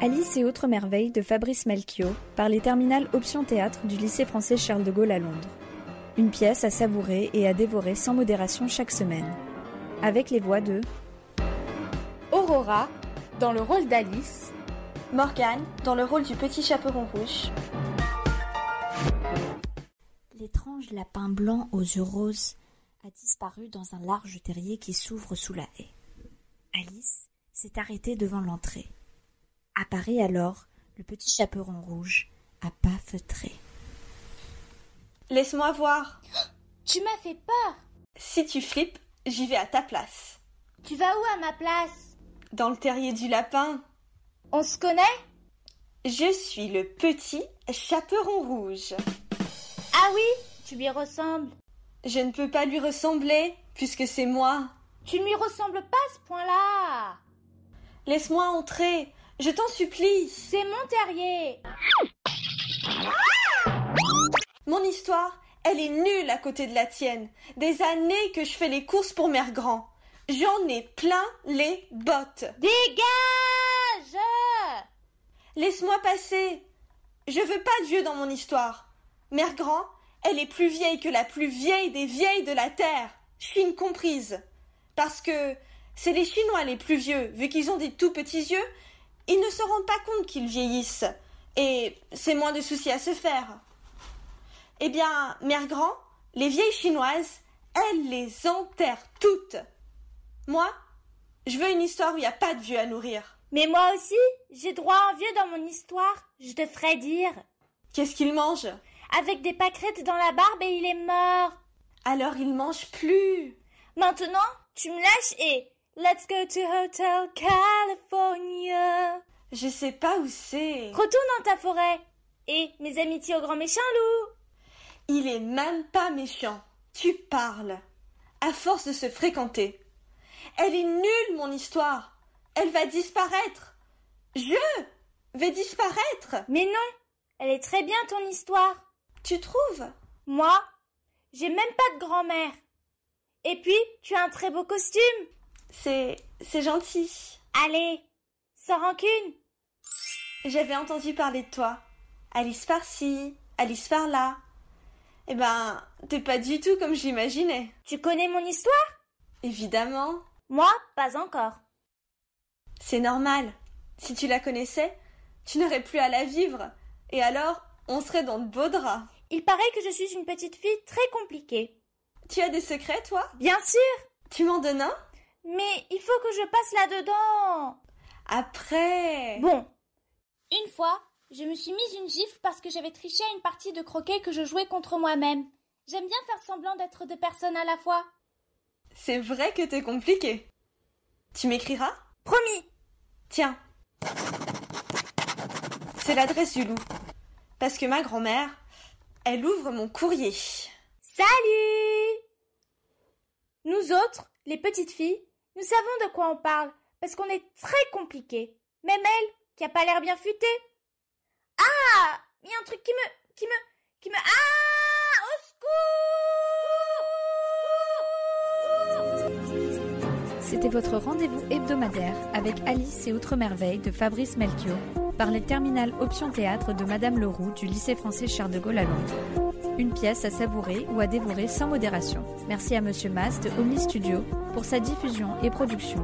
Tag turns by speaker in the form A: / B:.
A: Alice et autres merveilles de Fabrice Melchior par les terminales Option Théâtre du lycée français Charles de Gaulle à Londres. Une pièce à savourer et à dévorer sans modération chaque semaine. Avec les voix de
B: Aurora, dans le rôle d'Alice,
C: Morgane, dans le rôle du petit chaperon rouge.
D: L'étrange lapin blanc aux yeux roses a disparu dans un large terrier qui s'ouvre sous la haie. Alice s'est arrêtée devant l'entrée. Apparaît alors le petit chaperon rouge à pas feutrés.
C: Laisse-moi voir.
E: Tu m'as fait peur.
C: Si tu flippes, j'y vais à ta place.
E: Tu vas où à ma place
C: Dans le terrier du lapin.
E: On se connaît
C: Je suis le petit chaperon rouge.
E: Ah oui, tu lui ressembles.
C: Je ne peux pas lui ressembler, puisque c'est moi.
E: Tu ne lui ressembles pas à ce point-là.
C: Laisse-moi entrer, je t'en supplie.
E: C'est mon terrier.
C: Mon histoire, elle est nulle à côté de la tienne. Des années que je fais les courses pour Mère Grand. J'en ai plein les bottes.
E: Dégage
C: Laisse-moi passer. Je veux pas de vieux dans mon histoire. Mère Grand, elle est plus vieille que la plus vieille des vieilles de la terre. Chine comprise. Parce que c'est les Chinois les plus vieux, vu qu'ils ont des tout petits yeux, ils ne se rendent pas compte qu'ils vieillissent. Et c'est moins de soucis à se faire. Eh bien, Mère Grand, les vieilles chinoises, elles les enterrent toutes. Moi, je veux une histoire où il n'y a pas de vieux à nourrir.
E: Mais moi aussi, j'ai droit à un vieux dans mon histoire, je te ferai dire.
C: Qu'est-ce qu'ils mangent
E: Avec des pâquerettes dans la barbe et il est mort.
C: Alors ils mangent plus.
E: Maintenant, tu me lâches et let's go to Hotel California.
C: Je sais pas où c'est.
E: Retourne dans ta forêt. Et mes amitiés au grand méchant loup.
C: Il est même pas méchant. Tu parles. À force de se fréquenter. Elle est nulle, mon histoire. Elle va disparaître. Je vais disparaître.
E: Mais non, elle est très bien ton histoire.
C: Tu trouves
E: Moi, j'ai même pas de grand-mère. Et puis, tu as un très beau costume.
C: C'est. c'est gentil.
E: Allez, sans rancune.
C: J'avais entendu parler de toi. Alice par-ci, Alice par-là. Eh ben, t'es pas du tout comme j'imaginais.
E: Tu connais mon histoire
C: Évidemment.
E: Moi, pas encore.
C: C'est normal. Si tu la connaissais, tu n'aurais plus à la vivre. Et alors, on serait dans de beaux draps.
E: Il paraît que je suis une petite fille très compliquée.
C: Tu as des secrets, toi
E: Bien sûr,
C: Tu m'en donnes un
E: mais il faut que je passe là-dedans.
C: Après.
E: Bon,
F: Une fois, je me suis mise une gifle parce que j'avais triché à une partie de croquet que je jouais contre moi-même. J'aime bien faire semblant d'être deux personnes à la fois.
C: C'est vrai que t'es compliqué. Tu m'écriras
E: promis.
C: Tiens. C'est l'adresse du loup. Parce que ma grand-mère, elle ouvre mon courrier.
E: Salut Nous autres, les petites filles, nous savons de quoi on parle, parce qu'on est très compliquées. Même elle, qui a pas l'air bien futée. Ah Il y a un truc qui me... qui me... qui me... Ah Au secours
A: C'était votre rendez-vous hebdomadaire avec Alice et autres merveilles de Fabrice Melchior par les terminales Option Théâtre de Madame Leroux du lycée français Charles de Gaulle à Londres. Une pièce à savourer ou à dévorer sans modération. Merci à Monsieur Mas de Omni Studio pour sa diffusion et production.